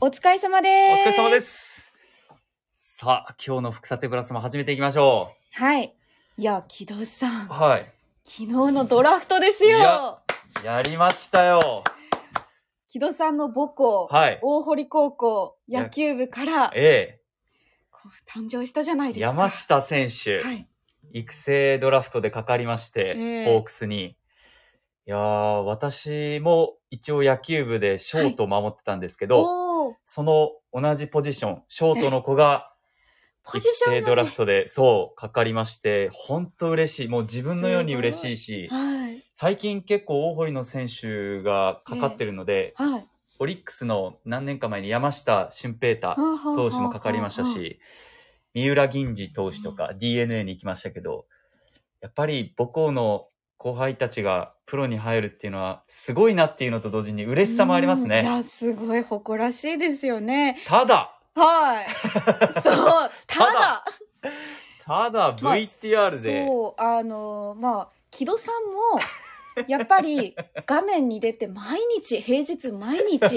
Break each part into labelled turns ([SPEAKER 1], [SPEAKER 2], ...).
[SPEAKER 1] お疲れ様で
[SPEAKER 2] お
[SPEAKER 1] す。
[SPEAKER 2] 疲れ様で。す。さあ、今日の福さてプラスも始めていきましょ
[SPEAKER 1] はい。いや、木戸さん、
[SPEAKER 2] う。
[SPEAKER 1] 昨
[SPEAKER 2] はい。
[SPEAKER 1] 日のドラフトです
[SPEAKER 2] いや
[SPEAKER 1] よ。
[SPEAKER 2] やりましたよ。
[SPEAKER 1] 木戸さんの母校、
[SPEAKER 2] はい。
[SPEAKER 1] 大堀高校野球部から
[SPEAKER 2] え
[SPEAKER 1] こう誕生したじゃない
[SPEAKER 2] え。
[SPEAKER 1] ですか。
[SPEAKER 2] 山下選手、
[SPEAKER 1] はい。
[SPEAKER 2] 育成ドラフトでかかりまして、
[SPEAKER 1] ええ
[SPEAKER 2] ホークスに。いやー、私も一応野球部でショートを守ってたんですけど、
[SPEAKER 1] おお、
[SPEAKER 2] その同じポジション、ショートの子が、
[SPEAKER 1] ポ
[SPEAKER 2] 育
[SPEAKER 1] ジショ
[SPEAKER 2] 成
[SPEAKER 1] ン
[SPEAKER 2] ド
[SPEAKER 1] まで
[SPEAKER 2] ラフトで、そう、かかりまして、本当嬉しい。もう自分のように嬉しいし、
[SPEAKER 1] はい。
[SPEAKER 2] 最近結構大堀の選手がかかってるので、
[SPEAKER 1] はい。
[SPEAKER 2] オリックスの何年か前に山下俊平太投
[SPEAKER 1] 投
[SPEAKER 2] 手もかかりました。し、三浦銀次投手とか DNA に行きましたけど、やっぱり母校の後輩たちがプロに入るっていうのはすごいなっていうのと同時に嬉しさもあります
[SPEAKER 1] うんい
[SPEAKER 2] ね。
[SPEAKER 1] や、すごい誇らしいですよね。
[SPEAKER 2] ただ、
[SPEAKER 1] はい。そう、た
[SPEAKER 2] た
[SPEAKER 1] だ
[SPEAKER 2] だ。ただ
[SPEAKER 1] まあ
[SPEAKER 2] VTR で、
[SPEAKER 1] そうあのまあ木戸さんもやっぱ り画面に出て毎日平日毎日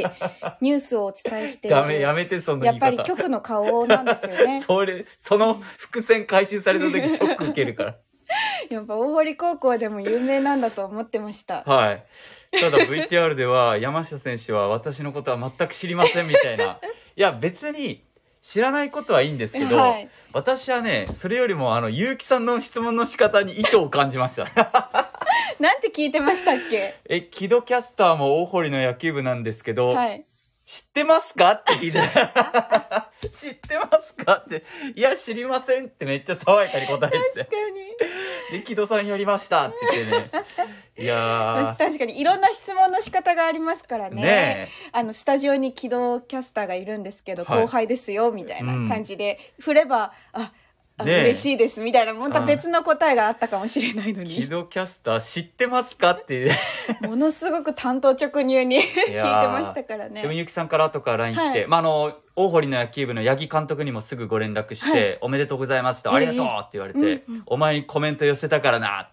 [SPEAKER 1] ニュースをお伝えしている
[SPEAKER 2] ダメやめてその
[SPEAKER 1] や
[SPEAKER 2] 言
[SPEAKER 1] っ
[SPEAKER 2] い方。
[SPEAKER 1] ぱり局の顔なんですよね
[SPEAKER 2] それ、その伏線回収された時ショック受けるから。
[SPEAKER 1] やっぱ大堀高校でも有名なんだと思ってました
[SPEAKER 2] はい。ただ VTR では山下選手は私のことは全く知りませんみた いな。いや別に知らないことはいいんですけど、
[SPEAKER 1] はい
[SPEAKER 2] 私はね、それよりもあの、結城さんの質問の仕方に意図を感じ ました。
[SPEAKER 1] なんて聞いてましたっけ
[SPEAKER 2] え、木戸キャスターも大堀の野球部なんですけど、
[SPEAKER 1] はい
[SPEAKER 2] 知ってますかって聞い て、知ってますかって、いや知りませんってめっちゃ爽やかに答えて
[SPEAKER 1] 確、かに
[SPEAKER 2] で、木戸さんやりましたって言ってね。いやー。
[SPEAKER 1] 確かにいろんな質問の仕方がありますからね
[SPEAKER 2] ね
[SPEAKER 1] あのスタジオに木戸キャスターがいるんですけど、
[SPEAKER 2] はい
[SPEAKER 1] 後輩ですよみたいな
[SPEAKER 2] うん
[SPEAKER 1] 感じで、振ればああ
[SPEAKER 2] ねえ
[SPEAKER 1] 嬉しいですみたいなまた別の答えがあったかもしれないの
[SPEAKER 2] え。 木
[SPEAKER 1] に
[SPEAKER 2] 戸キャスター知ってますかって。
[SPEAKER 1] ものすごく担当直入に聞いて
[SPEAKER 2] やー
[SPEAKER 1] ましたからね
[SPEAKER 2] でもゆきさんから後から LINE 来て、
[SPEAKER 1] はい
[SPEAKER 2] まあ、あの、大堀の野球部の八木監督にもすぐご連絡して、
[SPEAKER 1] はい
[SPEAKER 2] おめでとうございますって、
[SPEAKER 1] ええ
[SPEAKER 2] ありがとうって言われて、
[SPEAKER 1] うんうん
[SPEAKER 2] お前にコメント寄せたか らな、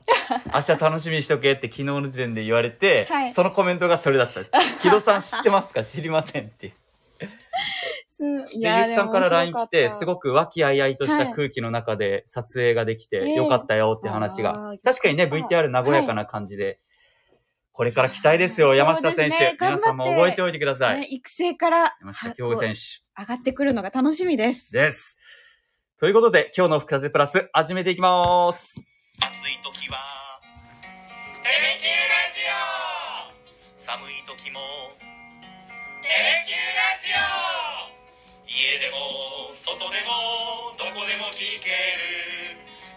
[SPEAKER 2] 明日楽しみにしとけって昨日の時点で言われて、
[SPEAKER 1] はい
[SPEAKER 2] そのコメントがそれだった。 木戸さん知ってますか知りませんって。
[SPEAKER 1] すい
[SPEAKER 2] で、ゆきさんから LINE 来て、す
[SPEAKER 1] く
[SPEAKER 2] ごく和気あいあいとし
[SPEAKER 1] は
[SPEAKER 2] た
[SPEAKER 1] い
[SPEAKER 2] 空気の中で撮影ができ
[SPEAKER 1] え
[SPEAKER 2] て、
[SPEAKER 1] え
[SPEAKER 2] よかったよって話
[SPEAKER 1] あ
[SPEAKER 2] が
[SPEAKER 1] ー。
[SPEAKER 2] 確かにね、VTR 和やかな感じで、これから期待ですよ、
[SPEAKER 1] いやー
[SPEAKER 2] 山下選
[SPEAKER 1] そうで
[SPEAKER 2] 手
[SPEAKER 1] すね。
[SPEAKER 2] 皆さんも
[SPEAKER 1] 頑張って
[SPEAKER 2] 覚えておいてください。
[SPEAKER 1] ね、育成から
[SPEAKER 2] 山下
[SPEAKER 1] あ
[SPEAKER 2] 京吾選
[SPEAKER 1] こ
[SPEAKER 2] 手
[SPEAKER 1] う上がってくるのが楽しみです
[SPEAKER 2] です。ということで、今日の福立プラス、始めていきます。
[SPEAKER 3] 暑い時は「テレキューラジオ」寒い時も「テレキューラジオ」家でも外でもどこでも聞ける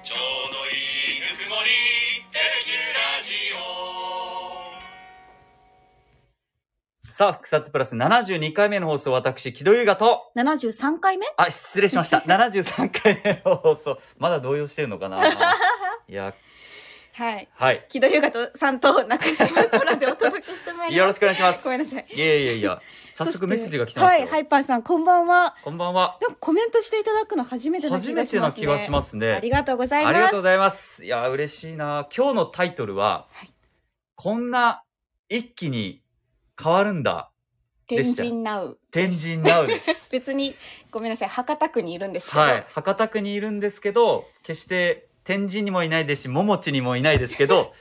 [SPEAKER 3] ちょうどいいぬくもり「テレキューラジオ」
[SPEAKER 2] さあ、福立プラス72回目の放送、私、木戸優雅と、
[SPEAKER 1] 73回目
[SPEAKER 2] あ、失礼し ました。73回目の放送、まだ動揺してるの かないや、
[SPEAKER 1] はい
[SPEAKER 2] はい。
[SPEAKER 1] 木戸優香とさんと中島空でお届けしてまいります
[SPEAKER 2] よろしくお願いします
[SPEAKER 1] ごめんなさい
[SPEAKER 2] いやいやいや、
[SPEAKER 1] そ
[SPEAKER 2] 早
[SPEAKER 1] して
[SPEAKER 2] 速メッセージが来てますよ。
[SPEAKER 1] はい、ハイパーさん、こんばんは。
[SPEAKER 2] こんばんは。
[SPEAKER 1] なんかコメントしていただくの初めてな気
[SPEAKER 2] 初
[SPEAKER 1] が
[SPEAKER 2] め
[SPEAKER 1] してま
[SPEAKER 2] な
[SPEAKER 1] す、
[SPEAKER 2] 気
[SPEAKER 1] ね。
[SPEAKER 2] がしますね。
[SPEAKER 1] ありがとうございます。
[SPEAKER 2] ありがとうございます。いや、嬉しいな。今日のタイトルは、
[SPEAKER 1] はい
[SPEAKER 2] こんな一気に変わるんだ。
[SPEAKER 1] 天神ナウ。
[SPEAKER 2] 天神ナウです。
[SPEAKER 1] 別に、ごめんなさい、博多区にいるんですけど。
[SPEAKER 2] はい、博多区にいるんですけど決して天神にもいないですし桃地にもいないですけ ど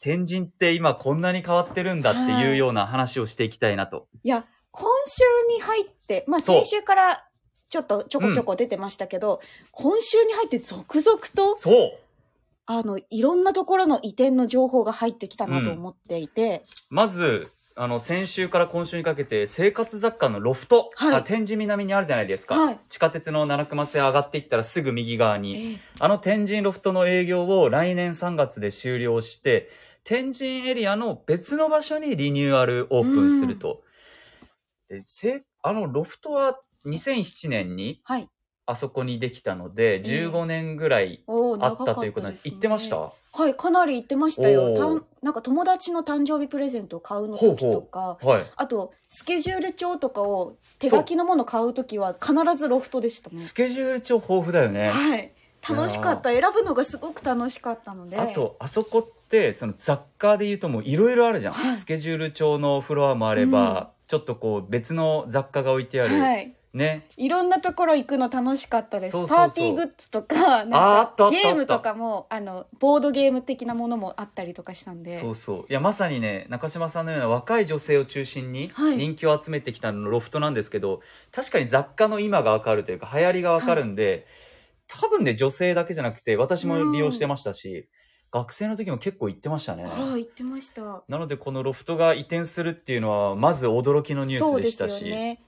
[SPEAKER 2] 天神って今こんなに変わってるんだっていうような話をしていきたいなと。
[SPEAKER 1] いや、今週に入って、まあ
[SPEAKER 2] そう
[SPEAKER 1] 先週からちょっとちょこちょこ出てましたけど、今週に入って続々と、
[SPEAKER 2] そう
[SPEAKER 1] あの、いろんなところの移転の情報が入ってきたなと思っていて、
[SPEAKER 2] まずあの先週から今週にかけて生活雑貨のロフト
[SPEAKER 1] はい
[SPEAKER 2] が天神南にあるじゃないですか、
[SPEAKER 1] はい
[SPEAKER 2] 地下鉄の七熊線上がっていったらすぐ右側に
[SPEAKER 1] ええ
[SPEAKER 2] あの天神ロフトの営業を来年3月で終了して、天神エリアの別の場所にリニューアルオープンすると。でせあのロフトは2007年に
[SPEAKER 1] はい。
[SPEAKER 2] あそこにできたので、
[SPEAKER 1] ええ
[SPEAKER 2] 15年ぐらい
[SPEAKER 1] おー
[SPEAKER 2] あ
[SPEAKER 1] 長
[SPEAKER 2] っ
[SPEAKER 1] かったた
[SPEAKER 2] ということなん
[SPEAKER 1] で
[SPEAKER 2] です。
[SPEAKER 1] す、ね。
[SPEAKER 2] 行ってました
[SPEAKER 1] はい、かなり行ってましたよ。
[SPEAKER 2] おー
[SPEAKER 1] たんなんか友達の誕生日プレゼントを買うの時とか、
[SPEAKER 2] はい。
[SPEAKER 1] あと、スケジュール帳とかを手書きのもの買う時は必ずロフトでしたね。
[SPEAKER 2] スケジュール帳豊富だよね。
[SPEAKER 1] はい。楽しかった。選ぶのがすごく楽しかったので。
[SPEAKER 2] あと、あそこって、その雑貨で言うともういろいろあるじゃん。
[SPEAKER 1] はい
[SPEAKER 2] スケジュール帳のフロアもあれば、ちょっとこう別の雑貨が置いてある、
[SPEAKER 1] はい。
[SPEAKER 2] ね
[SPEAKER 1] いろんなところ行くの楽しかったです。
[SPEAKER 2] そうそうそう
[SPEAKER 1] パーティーグッズとか、なん
[SPEAKER 2] あーあ
[SPEAKER 1] か
[SPEAKER 2] ったあった
[SPEAKER 1] ゲームとかも、あの、ボードゲーム的なものもあったりとかしたんで
[SPEAKER 2] そ。うそういやまさにね中島さんのような若い女性を中心に
[SPEAKER 1] はい
[SPEAKER 2] 人気を集めてきたのロフトなんですけど、確かに雑貨の今がわかるというか流行りがわかるんで、多分ね女性だけじゃなくて私も利用してましたし、学生の時も結構行ってましたね。
[SPEAKER 1] はい、行ってました。
[SPEAKER 2] なのでこのロフトが移転するっていうのはまず驚きのニュースでした
[SPEAKER 1] そう
[SPEAKER 2] し、
[SPEAKER 1] ですよね。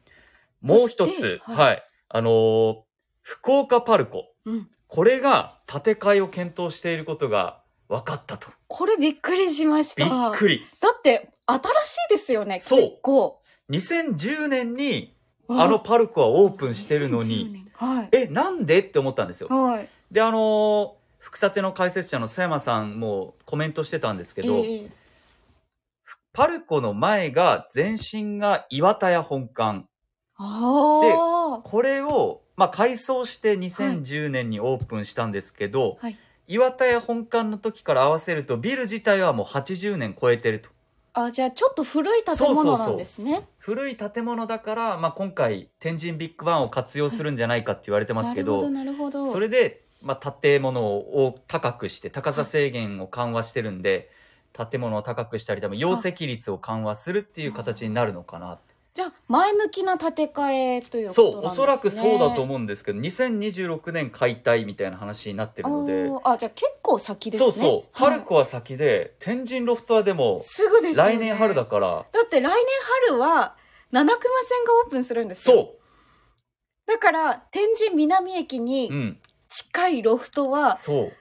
[SPEAKER 2] もう
[SPEAKER 1] そ
[SPEAKER 2] 一
[SPEAKER 1] して
[SPEAKER 2] つ、はい、
[SPEAKER 1] はい。
[SPEAKER 2] あのー福岡パルコ
[SPEAKER 1] うん。
[SPEAKER 2] これが建て替えを検討していることが分かったと
[SPEAKER 1] これびっくりしまし
[SPEAKER 2] び
[SPEAKER 1] た。
[SPEAKER 2] っ
[SPEAKER 1] だ
[SPEAKER 2] くり
[SPEAKER 1] って、新しいですよね。
[SPEAKER 2] そう
[SPEAKER 1] 結構。
[SPEAKER 2] 2010年に
[SPEAKER 1] わ
[SPEAKER 2] あのパルコはオープンしてるのに。
[SPEAKER 1] はい。
[SPEAKER 2] えなんでって思ったんですよ
[SPEAKER 1] はい。
[SPEAKER 2] であのー福さての解説者の佐山さんもコメントしてたんですけど、
[SPEAKER 1] ええ
[SPEAKER 2] パルコの前が前身が岩田屋本館
[SPEAKER 1] ああ。
[SPEAKER 2] これを、まあ、改装して2010年にオープンしたんですけど、
[SPEAKER 1] はい
[SPEAKER 2] 岩田屋本館の時から合わせるとビル自体はもう80年超えてると
[SPEAKER 1] あ、じゃあちょっと古い建物なんですね。
[SPEAKER 2] 古い建物だから、まあ、今回天神ビッグバンを活用するんじゃないかって言われてます
[SPEAKER 1] な
[SPEAKER 2] け
[SPEAKER 1] る
[SPEAKER 2] ど,、
[SPEAKER 1] ほど、なるほど。
[SPEAKER 2] それで、まあ、建物を高くして高さ制限を緩和してるんで、建物を高くしたり多分容積率を緩和するっていう形になるのかな
[SPEAKER 1] じゃあ、前向きな建て替えということなん
[SPEAKER 2] そう
[SPEAKER 1] ですね。
[SPEAKER 2] おそらくそうだと思うんですけど2026年解体みたいな話になってるので。
[SPEAKER 1] あーあじゃあ結構先ですね
[SPEAKER 2] そうそう、
[SPEAKER 1] は
[SPEAKER 2] 春子は先で天神ロフトはでも
[SPEAKER 1] い、すぐですよね
[SPEAKER 2] 来年春だから
[SPEAKER 1] だって来年春は七熊線がオープンするんですよ
[SPEAKER 2] そ
[SPEAKER 1] だから天神南駅
[SPEAKER 2] うう
[SPEAKER 1] に
[SPEAKER 2] ん
[SPEAKER 1] 近いロフトは
[SPEAKER 2] そう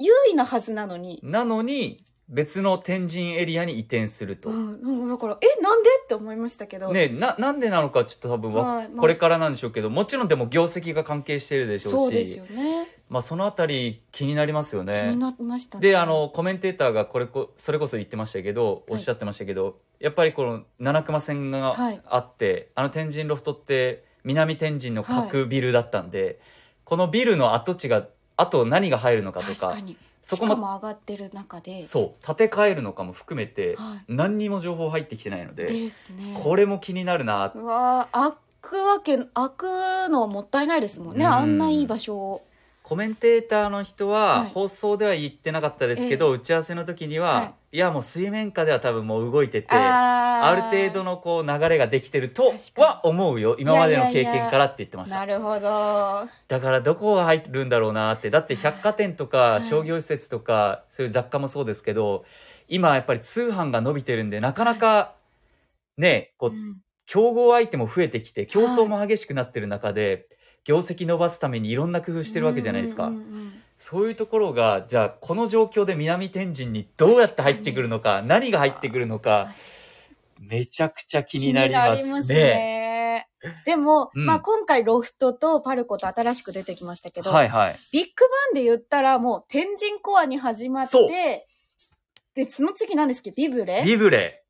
[SPEAKER 1] 優位なはずなのに、
[SPEAKER 2] なのに別の天神エリアに移転すると、
[SPEAKER 1] うん、うんだからえなんでって思いましたけど、
[SPEAKER 2] ねななんでなのかちょっと多分わ、
[SPEAKER 1] はいまあ
[SPEAKER 2] これからなんでしょうけどもちろんでも業績が関係しているでしょ
[SPEAKER 1] そうう
[SPEAKER 2] し
[SPEAKER 1] ですよね
[SPEAKER 2] まあ、そのあたり気になりますよ
[SPEAKER 1] 気に
[SPEAKER 2] ね
[SPEAKER 1] なりましたね
[SPEAKER 2] であのコメンテーターがこれこそれこそ言ってましたけどお
[SPEAKER 1] はい
[SPEAKER 2] っしゃってましたけど、やっぱりこの七熊線が
[SPEAKER 1] はい
[SPEAKER 2] あって、あの天神ロフトって南天神の各ビルだったんで、このビルの跡地があと何が入るのかと
[SPEAKER 1] 確
[SPEAKER 2] か
[SPEAKER 1] かに
[SPEAKER 2] そこ
[SPEAKER 1] 地
[SPEAKER 2] も
[SPEAKER 1] 価も上がってる中で
[SPEAKER 2] そう建て替えるのかも含めて、
[SPEAKER 1] は
[SPEAKER 2] 何にも情報入ってきてないので、
[SPEAKER 1] ですね
[SPEAKER 2] これも気になるな
[SPEAKER 1] うわー開くわけ開くのもったいないですもんね
[SPEAKER 2] うん
[SPEAKER 1] あんないい場所を
[SPEAKER 2] コメンテーターの人は
[SPEAKER 1] はい
[SPEAKER 2] 放送では言ってなかったですけど、打ち合わせの時には、、
[SPEAKER 1] はい
[SPEAKER 2] やもう水面下では多分もう動いててあ
[SPEAKER 1] あ
[SPEAKER 2] る
[SPEAKER 1] ー
[SPEAKER 2] 程度のこう流れができてると
[SPEAKER 1] 確かに
[SPEAKER 2] は思うよ今までの経験からって言ってました
[SPEAKER 1] なるほど
[SPEAKER 2] だからどこが入るんだろうなってだって百貨店と
[SPEAKER 1] は
[SPEAKER 2] か
[SPEAKER 1] い
[SPEAKER 2] 商業施設とかそういう雑貨もそうですけど今やっぱり通販が伸びてるんでなかなかねこう
[SPEAKER 1] うん
[SPEAKER 2] 競合相手も増えてきて競争も激しくなってる中で、業績伸ばすためにいろんな工夫してるわけじゃないですか、
[SPEAKER 1] うんうんうん
[SPEAKER 2] そういうところがじゃあこの状況で南天神にどうやって入ってくるのか何が入ってくるのかめちゃくちゃ気になりま
[SPEAKER 1] 気
[SPEAKER 2] す
[SPEAKER 1] に
[SPEAKER 2] ね
[SPEAKER 1] なりますねでも、
[SPEAKER 2] うん
[SPEAKER 1] まあ今回ロフトとパルコと新しく出てきましたけど、
[SPEAKER 2] はいはい
[SPEAKER 1] ビッグバンで言ったらもう天神コアに始まっ
[SPEAKER 2] そう
[SPEAKER 1] て、で、その次なんですっけど、ビブレ
[SPEAKER 2] リブレ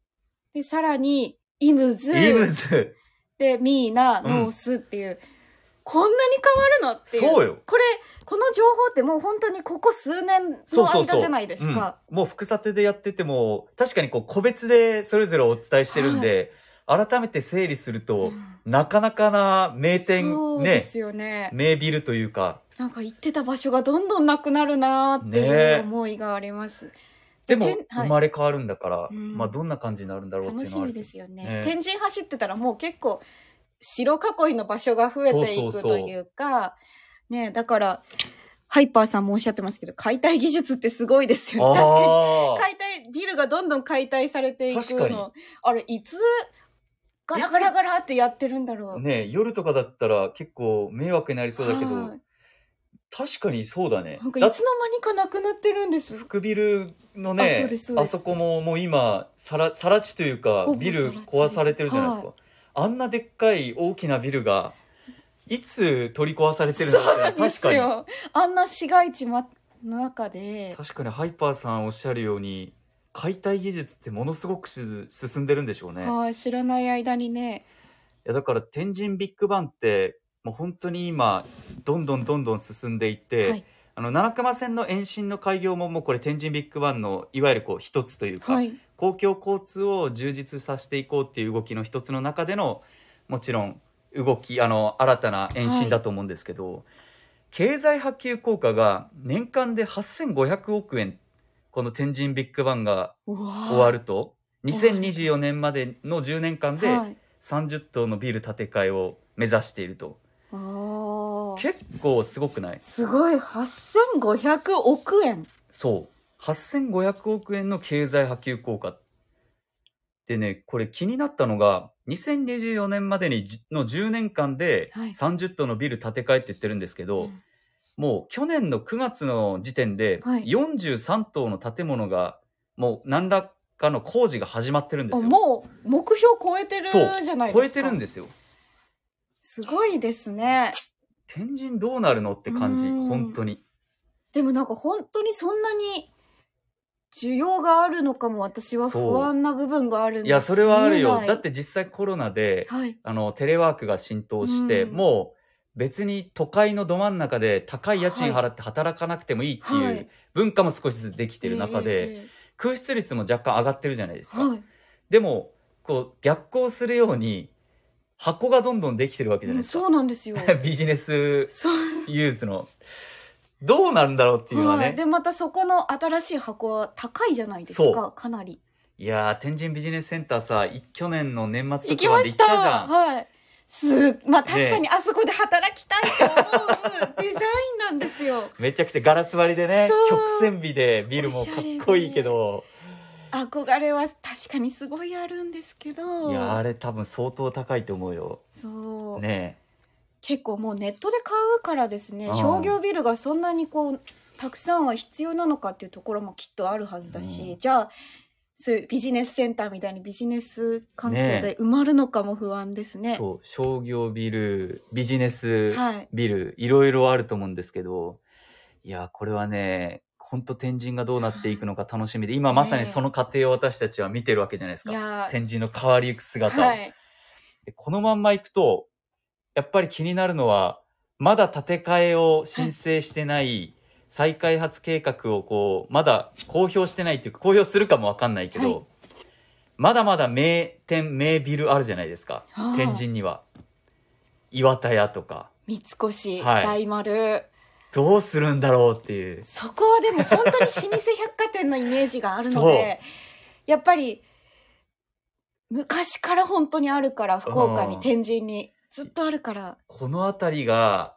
[SPEAKER 1] で、さらに、イムズ、
[SPEAKER 2] イブズ
[SPEAKER 1] で、ミーナ、
[SPEAKER 2] うん
[SPEAKER 1] ノースっていう、こんなに変わるのっていう。
[SPEAKER 2] そうよ
[SPEAKER 1] これ、この情報ってもう本当にここ数年
[SPEAKER 2] そう
[SPEAKER 1] の
[SPEAKER 2] そうそ
[SPEAKER 1] 間
[SPEAKER 2] う
[SPEAKER 1] じゃないですか。
[SPEAKER 2] うんもう複雑でやってても確かにこう個別でそれぞれお伝えしてるんで、改めて整理すると、なかなかな名
[SPEAKER 1] そ
[SPEAKER 2] 店
[SPEAKER 1] うで
[SPEAKER 2] ね
[SPEAKER 1] すよね
[SPEAKER 2] 名ビルというか
[SPEAKER 1] なんか行ってた場所がどんどんなくなるなーって
[SPEAKER 2] ね
[SPEAKER 1] い
[SPEAKER 2] え
[SPEAKER 1] う思いがあります。
[SPEAKER 2] でも
[SPEAKER 1] てんは
[SPEAKER 2] 生
[SPEAKER 1] い
[SPEAKER 2] まれ変わるんだから、
[SPEAKER 1] うん
[SPEAKER 2] まあどんな感じになるんだろうっ
[SPEAKER 1] 楽
[SPEAKER 2] ていう
[SPEAKER 1] し
[SPEAKER 2] のはあ
[SPEAKER 1] み
[SPEAKER 2] る
[SPEAKER 1] ですよね。
[SPEAKER 2] ね
[SPEAKER 1] 天神走ってたらもう結構城囲いの場所が増えてい
[SPEAKER 2] そうそ
[SPEAKER 1] く
[SPEAKER 2] うそ
[SPEAKER 1] と
[SPEAKER 2] う
[SPEAKER 1] いうか、ねだから、ハイパーさんもおっしゃってますけど、解体技術ってすごいですよね。確かに。
[SPEAKER 2] あー
[SPEAKER 1] 解体、ビルがどんどん解体されていく
[SPEAKER 2] 確かに
[SPEAKER 1] の。あれ、いつ、ガラガラガラってやってるんだろう。
[SPEAKER 2] ね夜とかだったら結構迷惑になりそうだけど、
[SPEAKER 1] はい
[SPEAKER 2] 確かにそうだね
[SPEAKER 1] なんかい
[SPEAKER 2] だっ
[SPEAKER 1] つの間にかなくなってるんです。
[SPEAKER 2] 福ビルのね
[SPEAKER 1] あそうですそうです
[SPEAKER 2] そこももう今さらさら地というか
[SPEAKER 1] ほぼ
[SPEAKER 2] ビル
[SPEAKER 1] さら地です
[SPEAKER 2] 壊されてるじゃないですか、あんなでっかい大きなビルがいつ取り壊されてるのかって確
[SPEAKER 1] です
[SPEAKER 2] かに
[SPEAKER 1] よ。あんな市街地まの中で、
[SPEAKER 2] 確かにハイパーさんおっしゃるように解体技術ってものすごくし進んでるんでしょうね、い
[SPEAKER 1] はい知らない間にね、
[SPEAKER 2] やだから天神ビッグバンってもう本当に今どんどんどんどん進んでいって、
[SPEAKER 1] はい
[SPEAKER 2] あの七熊線の延伸の開業ももうこれ天神ビッグワンのいわゆるこう一つというか、
[SPEAKER 1] はい
[SPEAKER 2] 公共交通を充実させていこうっていう動きの一つの中でのもちろん動きあの新たな延伸だと思うんですけど、経済波及効果が年間で8500億円この天神ビッグバンが
[SPEAKER 1] うわー
[SPEAKER 2] 終わると2024年までの10年間で
[SPEAKER 1] はい、
[SPEAKER 2] 30棟のビル建て替えを目指していると
[SPEAKER 1] あー
[SPEAKER 2] 結構すごくない
[SPEAKER 1] すごい8500億円
[SPEAKER 2] そう8500億円の経済波及効果でねこれ気になったのが2024年までにじの10年間で
[SPEAKER 1] はい
[SPEAKER 2] 30棟のビル建て替えって言ってるんですけど、
[SPEAKER 1] うん
[SPEAKER 2] もう去年の9月の時点で
[SPEAKER 1] はい
[SPEAKER 2] 43棟の建物がもう何らかの工事が始まってるんで
[SPEAKER 1] あ
[SPEAKER 2] すよ。
[SPEAKER 1] もう目標超えてる
[SPEAKER 2] そう
[SPEAKER 1] じゃないですか
[SPEAKER 2] 超えてるんですよ。
[SPEAKER 1] すごいですね
[SPEAKER 2] 天神どうなるのって感じ
[SPEAKER 1] うん
[SPEAKER 2] 本当に。
[SPEAKER 1] でもなんか本当にそんなに需要があるのかも私は不安な部分があるんです
[SPEAKER 2] いやそれはある
[SPEAKER 1] 見
[SPEAKER 2] よ
[SPEAKER 1] えない
[SPEAKER 2] だって実際コロナで、
[SPEAKER 1] はい
[SPEAKER 2] あの、テレワークが浸透して、
[SPEAKER 1] うん
[SPEAKER 2] もう別に都会のど真ん中で高い家賃払って働かなくてもいいって
[SPEAKER 1] はいいう
[SPEAKER 2] 文化も少しずつできてる中で、
[SPEAKER 1] ええ
[SPEAKER 2] 空室率も若干上がってるじゃないですか。
[SPEAKER 1] はい
[SPEAKER 2] でも、こう逆行するように箱がどんどんできてるわけじゃないですか。
[SPEAKER 1] そうなん ですよ
[SPEAKER 2] ビジネス
[SPEAKER 1] そう
[SPEAKER 2] ユーズの。どうなるんだろうっていうのは
[SPEAKER 1] はい、
[SPEAKER 2] ね
[SPEAKER 1] で。またそこの新しい箱は高いじゃないです
[SPEAKER 2] そ
[SPEAKER 1] かかなり
[SPEAKER 2] いやー、天神ビジネスセンターさ、い去年の年末
[SPEAKER 1] 行
[SPEAKER 2] と
[SPEAKER 1] き
[SPEAKER 2] かま
[SPEAKER 1] ま
[SPEAKER 2] で行
[SPEAKER 1] し
[SPEAKER 2] ったたじゃん。
[SPEAKER 1] はいすまあ確か
[SPEAKER 2] ね
[SPEAKER 1] にあそこで働きたいと思うデザインなんです よ
[SPEAKER 2] めちゃくちゃガラス張りでね
[SPEAKER 1] そう、
[SPEAKER 2] 曲線美でビルもかっこいいけど、
[SPEAKER 1] 憧れは確かにすごいあるんですけど
[SPEAKER 2] いやあれ多分相当高いと思うよ。
[SPEAKER 1] そう、
[SPEAKER 2] ね
[SPEAKER 1] 結構もうネットで買うからですね
[SPEAKER 2] うん
[SPEAKER 1] 商業ビルがそんなにこうたくさんは必要なのかっていうところもきっとあるはずだし、
[SPEAKER 2] うん
[SPEAKER 1] じゃあそういうビジネスセンターみたいにビジネス関係
[SPEAKER 2] ね
[SPEAKER 1] で埋まるのかも不安です
[SPEAKER 2] え
[SPEAKER 1] ね。
[SPEAKER 2] そう商業ビルビジネス
[SPEAKER 1] はい
[SPEAKER 2] ビル、い、ろいろあると思うんですけどいやこれはね本当天神がどうなっていくのか楽しみで今まさにその過程を私たちは見てるわけじゃないです
[SPEAKER 1] い
[SPEAKER 2] か
[SPEAKER 1] やー
[SPEAKER 2] 天神の変わりゆく姿を、
[SPEAKER 1] はい、
[SPEAKER 2] でこのまんまいくとやっぱり気になるのはまだ建て替えを申請してない、再開発計画をこうまだ公表してないというか公表するかもわかんないけど、
[SPEAKER 1] は
[SPEAKER 2] まだまだ名店名ビルあるじゃないですか
[SPEAKER 1] ああ
[SPEAKER 2] 天神には岩田屋とか
[SPEAKER 1] 三越、
[SPEAKER 2] はい
[SPEAKER 1] 大丸
[SPEAKER 2] どうするんだろうっていう
[SPEAKER 1] そこはでも本当に老舗百貨店のイメージがあるのでやっぱり昔から本当にあるから福岡
[SPEAKER 2] う
[SPEAKER 1] に
[SPEAKER 2] ん
[SPEAKER 1] 天神にずっとあるから
[SPEAKER 2] この辺りが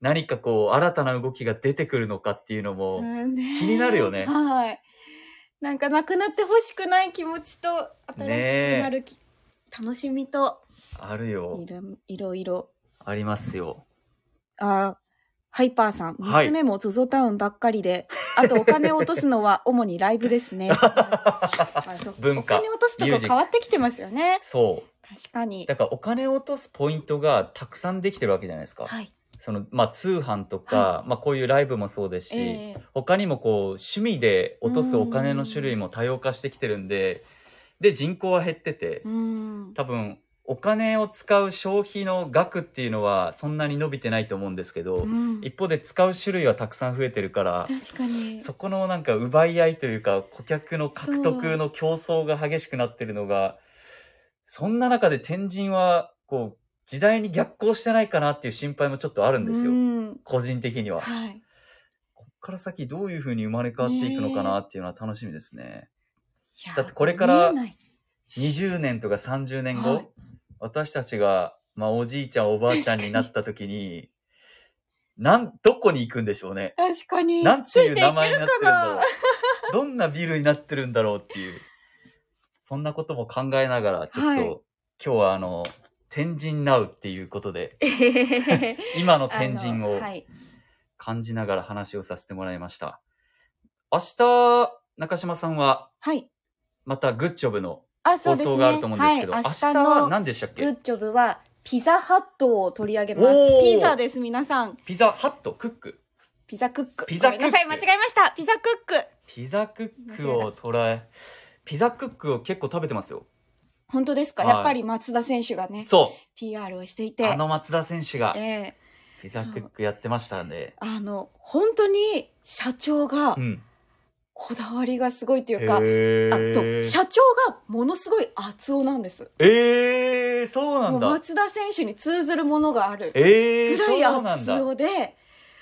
[SPEAKER 2] 何かこう新たな動きが出てくるのかっていうのも、
[SPEAKER 1] うんね
[SPEAKER 2] 気になるよね
[SPEAKER 1] はい。なんかなくなってほしくない気持ちと、新しくなるき、楽しみと、
[SPEAKER 2] あるよ
[SPEAKER 1] いろいろいろ。
[SPEAKER 2] ありますよ
[SPEAKER 1] あーハイパーさん、
[SPEAKER 2] はい
[SPEAKER 1] 娘も ZOZO タウンばっかりで、あとお金を落とすのは主にライブです ね。あそう
[SPEAKER 2] 文化
[SPEAKER 1] お金落とすと
[SPEAKER 2] ミュ
[SPEAKER 1] こ
[SPEAKER 2] ージック
[SPEAKER 1] 変わってきてますよね。
[SPEAKER 2] そう
[SPEAKER 1] 確かに。
[SPEAKER 2] だからお金を落とすポイントがたくさんできてるわけじゃないですか。
[SPEAKER 1] はい。
[SPEAKER 2] そのまあ通販とか、まあこういうライブもそうですし、
[SPEAKER 1] えー
[SPEAKER 2] 他にもこう趣味で落とすお金の種類も多様化してきてるんで、で人口は減ってて
[SPEAKER 1] う、ん。
[SPEAKER 2] 多分お金を使う消費の額っていうのはそんなに伸びてないと思うんですけど、
[SPEAKER 1] うん
[SPEAKER 2] 一方で使う種類はたくさん増えてるから、
[SPEAKER 1] 確かに。
[SPEAKER 2] そこのなんか奪い合いというか顧客の獲得の競争が激しくなってるのがそんな中で天神はこう時代に逆行してないかなっていう心配もちょっとあるんですよ、
[SPEAKER 1] うん
[SPEAKER 2] 個人的には。
[SPEAKER 1] はい。
[SPEAKER 2] こっから先どういうふうに生まれ変わっていくのかなっていうのは楽しみですね。
[SPEAKER 1] いや
[SPEAKER 2] だってこれから
[SPEAKER 1] 見えない
[SPEAKER 2] 20年とか30年後、
[SPEAKER 1] はい
[SPEAKER 2] 私たちが、まあ、おじいちゃんおばあちゃんになった時になんどこに行くんでしょうね。
[SPEAKER 1] 確かに。
[SPEAKER 2] なんていう
[SPEAKER 1] ついていけ
[SPEAKER 2] 名
[SPEAKER 1] るか
[SPEAKER 2] 前になってるんだろ
[SPEAKER 1] な
[SPEAKER 2] う。 どんなビルになってるんだろうっていう。そんなことも考えながら、ちょっと、
[SPEAKER 1] はい
[SPEAKER 2] 今日はあの、天神ナウっていうことで、
[SPEAKER 1] えへへへ
[SPEAKER 2] 今の天神
[SPEAKER 1] あ
[SPEAKER 2] を
[SPEAKER 1] のはい、
[SPEAKER 2] 感じながら話をさせてもらいました。明日、中島さんは、
[SPEAKER 1] はい、
[SPEAKER 2] またグッジョブの
[SPEAKER 1] あそ
[SPEAKER 2] 放
[SPEAKER 1] うですね
[SPEAKER 2] 送があると思うんですけど、
[SPEAKER 1] はい、明日
[SPEAKER 2] 明日は
[SPEAKER 1] の
[SPEAKER 2] 何でしたっ
[SPEAKER 1] グ
[SPEAKER 2] け
[SPEAKER 1] ッジョブはピザハットを取り上げます
[SPEAKER 2] おー
[SPEAKER 1] ピザです皆さん
[SPEAKER 2] ピザハット、クック。
[SPEAKER 1] ピザクック
[SPEAKER 2] ピザクッ
[SPEAKER 1] ご
[SPEAKER 2] ク
[SPEAKER 1] めんなさい間違えましたピザクック
[SPEAKER 2] ピザクックを捉え、ピザクックを結構食べてますよ。
[SPEAKER 1] 本当ですか、
[SPEAKER 2] はい
[SPEAKER 1] やっぱり松田選手がね
[SPEAKER 2] そ。
[SPEAKER 1] PR をしていうて
[SPEAKER 2] あの松田選手が。
[SPEAKER 1] ええ
[SPEAKER 2] ピザクックやってましたんで。
[SPEAKER 1] あの、本当に社長が
[SPEAKER 2] うん。
[SPEAKER 1] こだわりがすごいっていうか、
[SPEAKER 2] へ
[SPEAKER 1] あそう、社長がものすごい熱男なんです。
[SPEAKER 2] えー、そうな
[SPEAKER 1] も
[SPEAKER 2] ん
[SPEAKER 1] う
[SPEAKER 2] だ。
[SPEAKER 1] 松田選手に通ずるものがある
[SPEAKER 2] え
[SPEAKER 1] ぐ
[SPEAKER 2] ー、
[SPEAKER 1] らい
[SPEAKER 2] そうなん
[SPEAKER 1] 熱
[SPEAKER 2] だ。
[SPEAKER 1] 男で、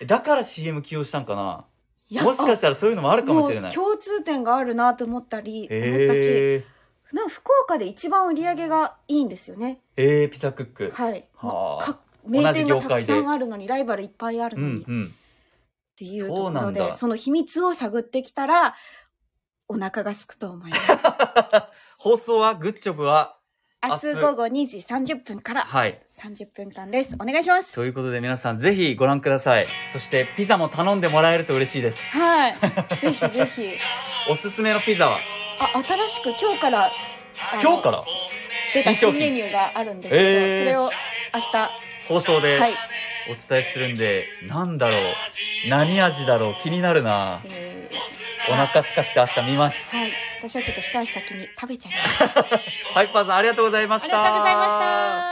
[SPEAKER 2] だから CM 起用したんかな。
[SPEAKER 1] いや
[SPEAKER 2] もしかしたらそういうのもあるかもしれ
[SPEAKER 1] も
[SPEAKER 2] な
[SPEAKER 1] う
[SPEAKER 2] い。
[SPEAKER 1] 共通点があるなと思ったり、思ったし、
[SPEAKER 2] えー、
[SPEAKER 1] なんか福岡で一番売り上げがいいんですよね。
[SPEAKER 2] えー、ピザクック。
[SPEAKER 1] はい。
[SPEAKER 2] はあ
[SPEAKER 1] まあか名店がたくさ
[SPEAKER 2] 同じ業界で
[SPEAKER 1] んあるのに、ライバルいっぱいある
[SPEAKER 2] う
[SPEAKER 1] のに。
[SPEAKER 2] んうん。
[SPEAKER 1] っていうとこ
[SPEAKER 2] そうな
[SPEAKER 1] ろ
[SPEAKER 2] ん
[SPEAKER 1] で
[SPEAKER 2] だ
[SPEAKER 1] その秘密を探ってきたらお腹が空くと思います
[SPEAKER 2] 放送は、グッジョブは、
[SPEAKER 1] 明日午後2時30分から
[SPEAKER 2] はい。
[SPEAKER 1] 30分間ですお願いします
[SPEAKER 2] ということで皆さんぜひご覧ください。そしてピザも頼んでもらえると嬉しいです。
[SPEAKER 1] はいぜひぜひ
[SPEAKER 2] おすすめのピザは
[SPEAKER 1] あ新しく今日からあの
[SPEAKER 2] 今日から
[SPEAKER 1] 出た
[SPEAKER 2] 新商
[SPEAKER 1] 新
[SPEAKER 2] 品
[SPEAKER 1] メニューがあるんですけど、
[SPEAKER 2] えー
[SPEAKER 1] それを明
[SPEAKER 2] 放送で
[SPEAKER 1] 日はい、
[SPEAKER 2] お伝えするんで、なんだろう何味だろう気になるな
[SPEAKER 1] え
[SPEAKER 2] お腹すかすか明日見ます。
[SPEAKER 1] ーはい私はちょっと一足先に食べちゃいましたあ
[SPEAKER 2] ハイパーさんありがとうございまし
[SPEAKER 1] り
[SPEAKER 2] た。
[SPEAKER 1] がとうございました